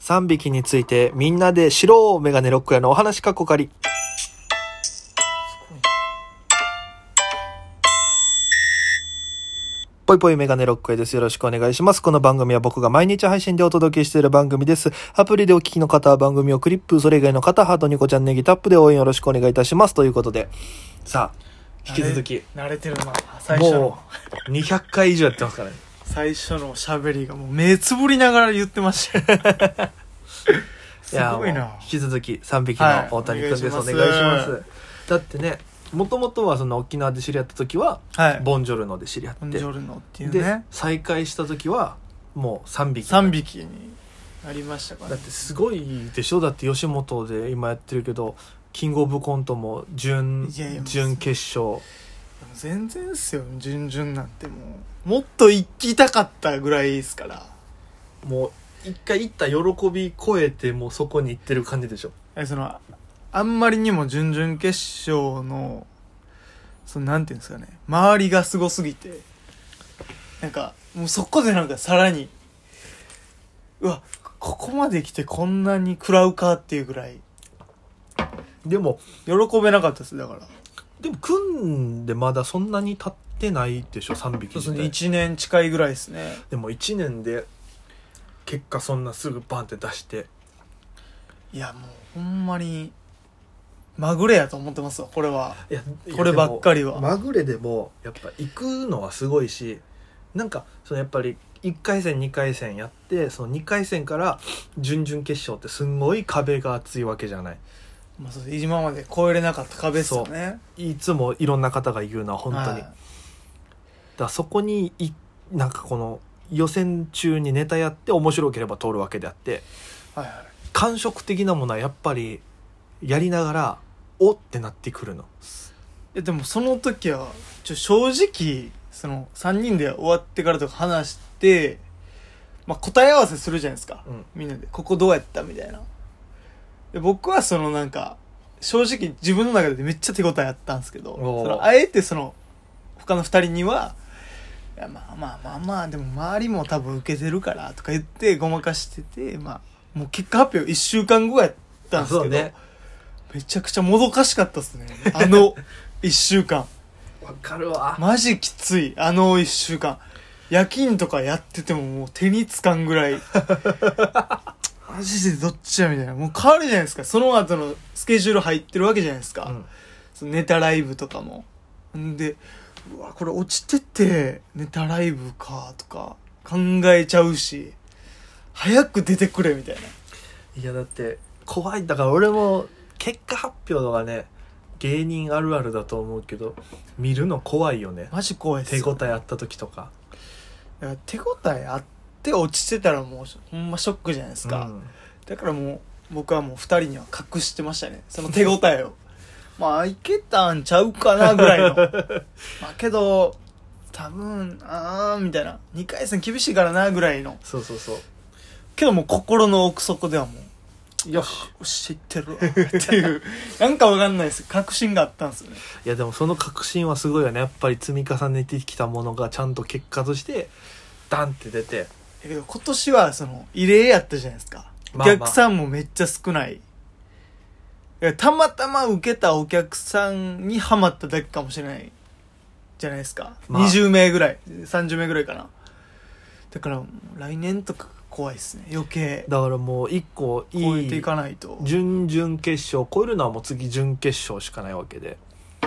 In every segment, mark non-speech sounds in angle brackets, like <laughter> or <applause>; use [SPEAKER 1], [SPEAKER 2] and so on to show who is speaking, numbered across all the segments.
[SPEAKER 1] 3匹についてみんなで白メガネロック屋のお話かっこかり。ぽいぽいメガネロックへです。よろしくお願いします。この番組は僕が毎日配信でお届けしている番組です。アプリでお聞きの方は番組をクリップ、それ以外の方はハートニコちゃんネギタップで応援よろしくお願いいたします。ということで、さあ、引き続き、
[SPEAKER 2] 慣れてるな最初の
[SPEAKER 1] もう200回以上やってますからね。
[SPEAKER 2] 最初の喋りがもう目つぶりながら言ってました
[SPEAKER 1] <laughs>
[SPEAKER 2] よす
[SPEAKER 1] や
[SPEAKER 2] ごい
[SPEAKER 1] もう
[SPEAKER 2] な
[SPEAKER 1] 引き続き3匹の大谷君です、
[SPEAKER 2] はい
[SPEAKER 1] お
[SPEAKER 2] お
[SPEAKER 1] 願
[SPEAKER 2] 願
[SPEAKER 1] い
[SPEAKER 2] い
[SPEAKER 1] し
[SPEAKER 2] し
[SPEAKER 1] ま
[SPEAKER 2] ますす
[SPEAKER 1] だってねもともとはその沖縄で知り合った時は、
[SPEAKER 2] はい
[SPEAKER 1] ボンジョルノで知り合っ
[SPEAKER 2] ボン
[SPEAKER 1] て
[SPEAKER 2] ジョルノっていう
[SPEAKER 1] で
[SPEAKER 2] ね
[SPEAKER 1] 再会した時はもう3匹
[SPEAKER 2] 3匹になりましたから
[SPEAKER 1] だってすごいでしょだって吉本で今やってるけどキングオブコントも準
[SPEAKER 2] いやいや
[SPEAKER 1] 準決勝
[SPEAKER 2] 全然っすよ順々なんてもうもっと行きたかったぐらいですから
[SPEAKER 1] もう一回行った喜び超えてもうそこに行ってる感じでしょ
[SPEAKER 2] えそのあんまりにも準々決勝のそのなんていうんですかね周りがすごすぎてなんかもうそこでなんかさらにうわここまで来てこんなに食らうかっていうぐらい
[SPEAKER 1] でも
[SPEAKER 2] 喜べなかったですだから
[SPEAKER 1] でも組んでまだそんなに経ってないでしょ3匹
[SPEAKER 2] そ
[SPEAKER 1] 自
[SPEAKER 2] うそ
[SPEAKER 1] 体
[SPEAKER 2] う1年近いぐらいですね
[SPEAKER 1] でも1年で結果そんなすぐバンって出して
[SPEAKER 2] いやもうほんまにまぐれやと思ってますわこれはい
[SPEAKER 1] や
[SPEAKER 2] こればっかりはい
[SPEAKER 1] やでもまぐれでもやっぱ行くのはすごいしなんかそのやっぱり1回戦2回戦やってその2回戦から準々決勝ってすんごい壁が厚いわけじゃない
[SPEAKER 2] まあ、そうです今まで超えれなかった壁っすよね
[SPEAKER 1] いつもいろんな方が言うのは本当に、
[SPEAKER 2] は
[SPEAKER 1] だ
[SPEAKER 2] い
[SPEAKER 1] からそこにいなんかこの予選中にネタやって面白ければ通るわけであって
[SPEAKER 2] はいはい
[SPEAKER 1] 感触的なものはやっぱりやりながらおってなってくるの
[SPEAKER 2] いやでもその時はちょ正直その3人で終わってからとか話して、まあ、答え合わせするじゃないですか、
[SPEAKER 1] うん
[SPEAKER 2] みんなでここどうやったみたいなで僕はそのなんか正直自分の中でめっちゃ手応えあったんですけど
[SPEAKER 1] おー
[SPEAKER 2] そのあえてその他の2人にはいやまあまあまあまあでも周りも多分受けてるからとか言ってごまかしてて、まあ、もう結果発表1週間後やったんです
[SPEAKER 1] あそ
[SPEAKER 2] けど、
[SPEAKER 1] うね
[SPEAKER 2] めちゃくちゃもどかしかったですね
[SPEAKER 1] <laughs>
[SPEAKER 2] あの1週間
[SPEAKER 1] わかるわ
[SPEAKER 2] マジきついあの1週間夜勤とかやっててももう手につかんぐ
[SPEAKER 1] <laughs>
[SPEAKER 2] らいマジでどっちやみたいなもう変わるじゃないですかその後のスケジュール入ってるわけじゃないですか、
[SPEAKER 1] うん
[SPEAKER 2] そのネタライブとかもんでうわこれ落ちててネタライブかとか考えちゃうし早く出てくれみたいない
[SPEAKER 1] やだって怖いだから俺も結果発表とかね芸人あるあるだと思うけど見るの怖いよね
[SPEAKER 2] マジ怖いっす
[SPEAKER 1] 手
[SPEAKER 2] よ
[SPEAKER 1] 応えあった時とか
[SPEAKER 2] だから手応えあって落ちてたらもうほんまショックじゃないですか、
[SPEAKER 1] うん
[SPEAKER 2] だからもう僕はもう2人には隠してましたねその手応えを <laughs> まあいけたんちゃうかなぐらい <laughs> のまあけど多分ああみたいな2回戦厳しいからなぐらいの
[SPEAKER 1] そうそうそう
[SPEAKER 2] けどもう心の奥底ではも
[SPEAKER 1] よし
[SPEAKER 2] うよしいってるわって <laughs> いうなんかわかんないです確信があったんですよね
[SPEAKER 1] いやでもその確信はすごいよねやっぱり積み重ねてきたものがちゃんと結果としてダンって出て
[SPEAKER 2] だけど今年はその異例やったじゃないですか、
[SPEAKER 1] まあまあ
[SPEAKER 2] お客さんもめっちゃ少ないだからたまたま受けたお客さんにはまっただけかもしれないじゃないですか、
[SPEAKER 1] まあ
[SPEAKER 2] 20名ぐらい30名ぐらいかなだから来年とか怖いですね余計
[SPEAKER 1] だからもう一個い
[SPEAKER 2] 超えてい
[SPEAKER 1] い
[SPEAKER 2] かないと
[SPEAKER 1] 準々決勝超えるのはもう次準決勝しかないわけで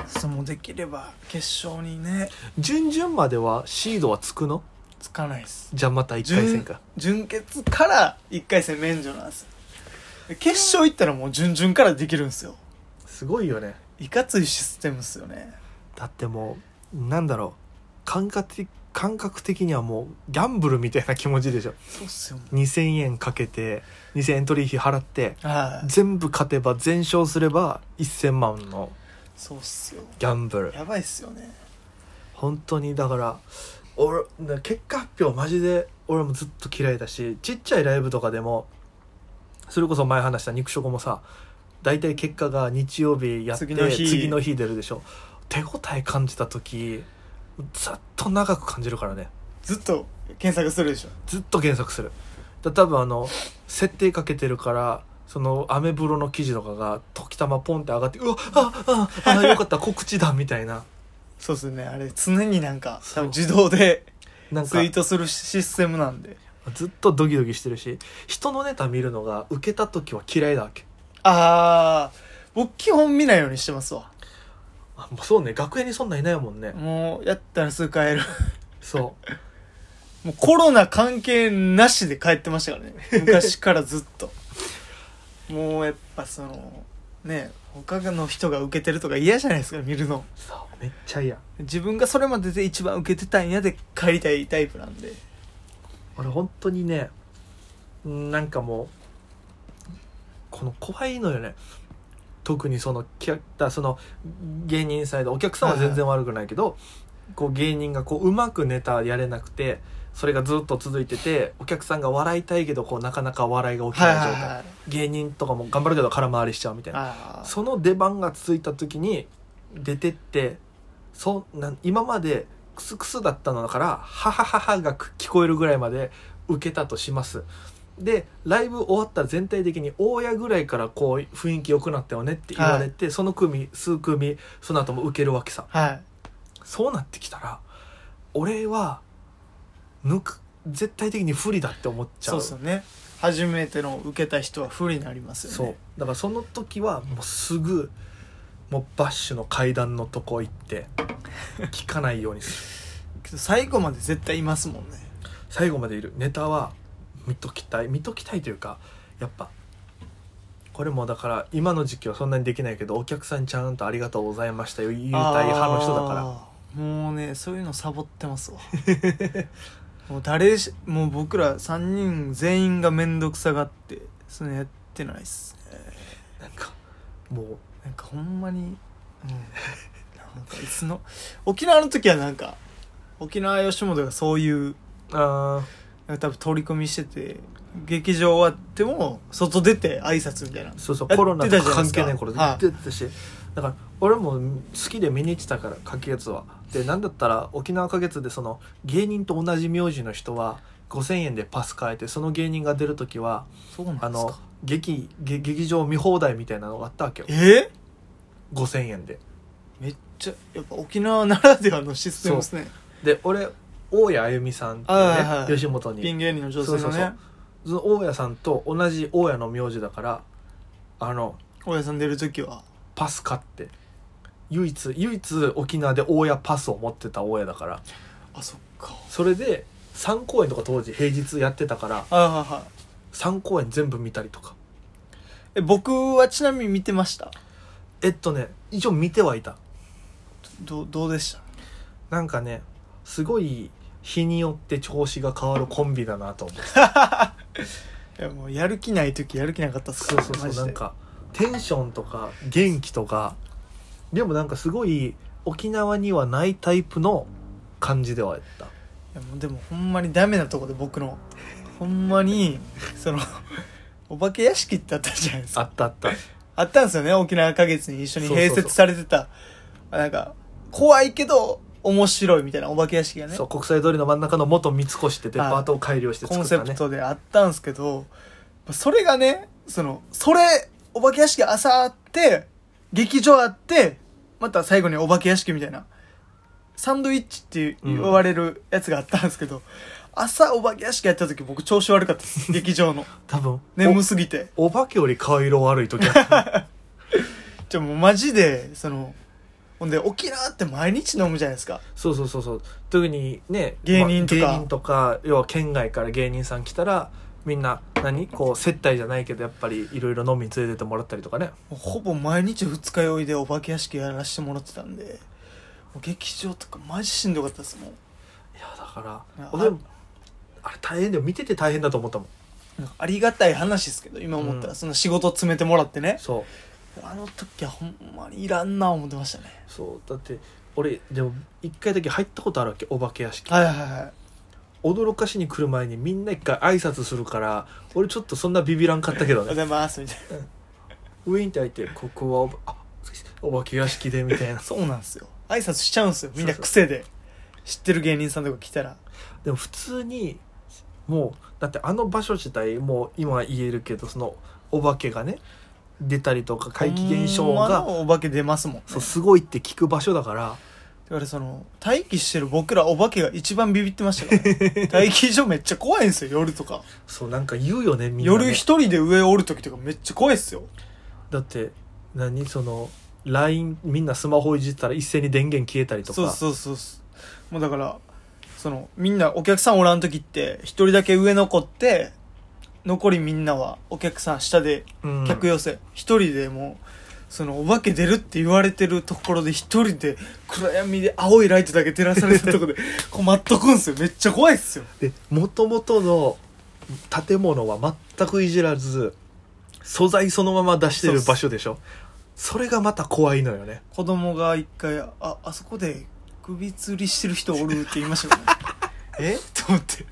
[SPEAKER 2] そうもうできれば決勝にね
[SPEAKER 1] 準々まではシードはつくの
[SPEAKER 2] つかないです
[SPEAKER 1] じゃあまた1回戦か
[SPEAKER 2] 準決から1回戦免除なんですよで決勝行ったらもう準々からできるんですよ
[SPEAKER 1] すごいよね
[SPEAKER 2] いかついシステムっすよね
[SPEAKER 1] だってもうなんだろう感覚的感覚的にはもうギャンブルみたいな気持ちでしょ
[SPEAKER 2] そうっすよ
[SPEAKER 1] 2000円かけて2000エントリー費払って
[SPEAKER 2] はい
[SPEAKER 1] 全部勝てば全勝すれば1000万の
[SPEAKER 2] そうっすよ
[SPEAKER 1] ギャンブル
[SPEAKER 2] やばいっすよね
[SPEAKER 1] 本当にだから俺な結果発表マジで俺もずっと嫌いだしちっちゃいライブとかでもそれこそ前話した肉食もさ大体結果が日曜日やって
[SPEAKER 2] 次の日
[SPEAKER 1] 次の日出るでしょ手応え感じた時ずっと長く感じるからね
[SPEAKER 2] ずっと検索するでしょ
[SPEAKER 1] ずっと検索するだ多分あの設定かけてるからそのアメブロの記事とかが時たまポンって上がってうわああああよかった告知だみたいな
[SPEAKER 2] そうですねあれ常になんか
[SPEAKER 1] そう
[SPEAKER 2] 多分自動で
[SPEAKER 1] なん
[SPEAKER 2] ツ
[SPEAKER 1] か
[SPEAKER 2] イートするシステムなんで
[SPEAKER 1] ずっとドキドキしてるし人のネタ見るのが受けた時は嫌いだわけ
[SPEAKER 2] ああ僕基本見ないようにしてますわ
[SPEAKER 1] あもうそうね楽屋にそんなんいないもんね、
[SPEAKER 2] もうやったらすぐ帰る
[SPEAKER 1] そ
[SPEAKER 2] もうコロナ関係なしで帰ってましたからね昔からずっともうやっぱそのね他の人が受けてるとか嫌じゃないですか見るの
[SPEAKER 1] うそうめっちゃ嫌
[SPEAKER 2] 自分がそれまでで一番受けてたんやで帰りたいタイプなんで
[SPEAKER 1] 俺本当にねうんなんかもうこの怖いのよね特にそのキャラだその芸人サイドお客さんは全然悪くないけど、こう芸人がこううまくネタやれなくてそれがずっと続いててお客さんが笑いたいけどこうなかなか笑いが起きな
[SPEAKER 2] は
[SPEAKER 1] いい状
[SPEAKER 2] はい
[SPEAKER 1] 態、
[SPEAKER 2] はい
[SPEAKER 1] 芸人とかも頑張るけど空回りしちゃうみたいな
[SPEAKER 2] あー
[SPEAKER 1] その出番がついた時に出てってそなん今までクスクスだったのから「ハハハハ」が聞こえるぐらいまで受けたとしますでライブ終わったら全体的に大家ぐらいからこう雰囲気良くなったよねって言われて、その組数組その後も受けるわけさ
[SPEAKER 2] はい
[SPEAKER 1] そうなってきたら俺は抜く絶対的に不利だって思っちゃ
[SPEAKER 2] そう
[SPEAKER 1] う
[SPEAKER 2] ですよね初めての受けた人は不利になりますよね
[SPEAKER 1] そうだからその時はもうすぐもうバッシュの階段のとこ行って
[SPEAKER 2] <laughs>
[SPEAKER 1] 聞かないようにする
[SPEAKER 2] けど最後まで絶対いますもんね
[SPEAKER 1] 最後までいるネタは見ときたい見ときたいというかやっぱこれもだから今の時期はそんなにできないけどお客さんにちゃんと「ありがとうございました」言いたい派の人だから
[SPEAKER 2] らもうねそういうのサボってま
[SPEAKER 1] <laughs>
[SPEAKER 2] すわもう誰しもう僕ら3人全員が面倒くさがってそのやってないっすね
[SPEAKER 1] なんかもう
[SPEAKER 2] なんかほん
[SPEAKER 1] <laughs>
[SPEAKER 2] まに、うん、なんかいつの沖縄の時はなんか沖縄吉本がそういう
[SPEAKER 1] あ
[SPEAKER 2] なんか多分取り込みしてて劇場終わっても外出て挨拶みたいな
[SPEAKER 1] ーそうそう
[SPEAKER 2] やってた
[SPEAKER 1] コロナとか関係ない
[SPEAKER 2] じゃ
[SPEAKER 1] 頃
[SPEAKER 2] ないで
[SPEAKER 1] で
[SPEAKER 2] す
[SPEAKER 1] や
[SPEAKER 2] か
[SPEAKER 1] ってたし、だから俺も好きで見に行ってたからかけやつはでなんだったら沖縄か月でその芸人と同じ名字の人は5000円でパス変えてその芸人が出る時は
[SPEAKER 2] そうなんですか
[SPEAKER 1] あの劇劇劇場見放題みたいなのがあったわけよ
[SPEAKER 2] え
[SPEAKER 1] 5000円で
[SPEAKER 2] めっちゃやっぱ沖縄ならではのシステムですね
[SPEAKER 1] で俺大家あゆみさんっていうね、
[SPEAKER 2] はいはいはい
[SPEAKER 1] 吉本に
[SPEAKER 2] ピン芸人の女性のね
[SPEAKER 1] そうそうそうその大家さんと同じ大家の名字だからあの
[SPEAKER 2] 大家さん出る時は
[SPEAKER 1] パス買って唯一唯一沖縄で大家パスを持ってた大家だから
[SPEAKER 2] あそっか
[SPEAKER 1] それで3公演とか当時平日やってたから
[SPEAKER 2] あはいはいはい
[SPEAKER 1] 3公演全部見たりとか
[SPEAKER 2] え僕はちなみに見てました
[SPEAKER 1] えっとね一応見てはいた
[SPEAKER 2] どどうでした
[SPEAKER 1] なんかねすごい日によって調子が変わるコンビだなと思って
[SPEAKER 2] いやもうやる気ない時やる気なかったっす
[SPEAKER 1] そ
[SPEAKER 2] から
[SPEAKER 1] うそう
[SPEAKER 2] マジ
[SPEAKER 1] そう
[SPEAKER 2] で
[SPEAKER 1] <laughs> なんかテンションとか元気とかでもなんかすごい沖縄にはないタイプの感じではあった
[SPEAKER 2] いやもうでもほんまにダメなとこで僕のほんまにそのお化け屋敷ってあったじゃないです
[SPEAKER 1] あ
[SPEAKER 2] か
[SPEAKER 1] ったあった
[SPEAKER 2] あったんですよね沖縄花月に一緒に
[SPEAKER 1] そうそう
[SPEAKER 2] 併
[SPEAKER 1] そう
[SPEAKER 2] 設されてたなんか怖いけど面白いみたいなお化け屋敷がね
[SPEAKER 1] そう国際通りの真ん中の元三越ってデパートを改良して
[SPEAKER 2] コ
[SPEAKER 1] 作
[SPEAKER 2] ン
[SPEAKER 1] っ
[SPEAKER 2] セ
[SPEAKER 1] た
[SPEAKER 2] プ
[SPEAKER 1] ね
[SPEAKER 2] トであったんですけど、それがね、その、それ、お化け屋敷朝あって、劇場あって、また最後にお化け屋敷みたいな、サンドイッチっていう言われるやつがあったんですけど、朝お化け屋敷やった時僕調子悪かったです。劇場の。
[SPEAKER 1] 多分
[SPEAKER 2] 眠すぎて。
[SPEAKER 1] おお化けより顔色悪い時あった
[SPEAKER 2] じゃもうマジで、その、ほんで沖縄って毎日飲むじゃないですか。
[SPEAKER 1] そうそうそうそう特にね
[SPEAKER 2] 芸人とか
[SPEAKER 1] まあ芸人とか要は県外から芸人さん来たらみんな何こう接待じゃないけどやっぱりいろいろ飲みに連れてってもらったりとかね
[SPEAKER 2] もうほぼ毎日二日酔いでお化け屋敷やらしてもらってたんで、もう劇場とかマジしんどかったですもん。
[SPEAKER 1] いやだから
[SPEAKER 2] あ
[SPEAKER 1] 俺もあれ大変でも見てて大変だと思ったもん
[SPEAKER 2] ありがたい話ですけど今思ったら、
[SPEAKER 1] うん
[SPEAKER 2] その仕事詰めてもらってね
[SPEAKER 1] そう
[SPEAKER 2] あの時はほんまにいらんな思ってましたね
[SPEAKER 1] そうだって俺でも一回だけ入ったことあるわけお化け屋敷
[SPEAKER 2] はいはいはい
[SPEAKER 1] 驚かしに来る前にみんな一回挨拶するから俺ちょっとそんなビビらんかったけど
[SPEAKER 2] <laughs> おはよ
[SPEAKER 1] ね
[SPEAKER 2] うございますみたいな
[SPEAKER 1] ウィンって開いてここはおばあお化け屋敷でみ
[SPEAKER 2] <laughs>
[SPEAKER 1] たいな
[SPEAKER 2] そうなんですよ挨拶しちゃうんですよみんな癖で知ってる芸人さんとか来たら
[SPEAKER 1] でも普通にもうだってあの場所自体もう今言えるけどそのお化けがね出たりとか怪奇現象
[SPEAKER 2] ほんま
[SPEAKER 1] が
[SPEAKER 2] のお化け出ますもんね
[SPEAKER 1] そうすごいって聞く場所だから
[SPEAKER 2] だからその待機してる僕らお化けが一番ビビってましたから、ね、待機所めっちゃ怖いんですよ夜とか、
[SPEAKER 1] そうなんか言うよねみんなね
[SPEAKER 2] 夜一人で上おる時とかめっちゃ怖いっすよ
[SPEAKER 1] だって何その LINE みんなスマホいじったら一斉に電源消えたりとか
[SPEAKER 2] そうそうそうそうもうだからそのみんなお客さんおらん時って一人だけ上残って残りみんなはお客さん下で
[SPEAKER 1] うん
[SPEAKER 2] 客寄せ一、人でもうそのお化け出るって言われてるところで一人で暗闇で青いライトだけ照らされた
[SPEAKER 1] <laughs>
[SPEAKER 2] とこでこう待っとくんすよめっちゃ怖いっすよ
[SPEAKER 1] で元々の建物は全くいじらず素材そのまま出してる場所でしょそれがまた怖いのよね
[SPEAKER 2] 子供が一回「ああそこで首吊りしてる人おる」って言いましたよねえと思って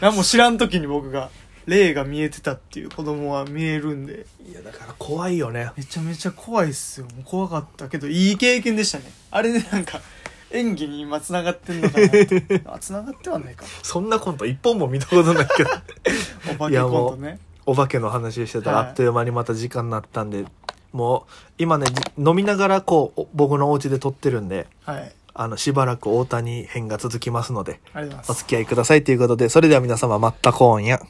[SPEAKER 2] 何も知らん時に僕が霊が見えてたっていう子供は見えるんで
[SPEAKER 1] いやだから怖いよね
[SPEAKER 2] めちゃめちゃ怖いっすよもう怖かったけどいい経験でしたねあれでなんか演技に今つながってんのかなってあつながってはないか
[SPEAKER 1] そんなコント一本も見たことない
[SPEAKER 2] <laughs>
[SPEAKER 1] けど
[SPEAKER 2] お化けコントね
[SPEAKER 1] お化けの話してたら
[SPEAKER 2] はい
[SPEAKER 1] あっという間にまた時間になったんで、もう今ねじ飲みながらこうお僕のお家で撮ってるんで
[SPEAKER 2] はいあり
[SPEAKER 1] あのしばらく大谷編が続きますので
[SPEAKER 2] がとうございます
[SPEAKER 1] お付き合いくださいということでそれでは皆様また今夜。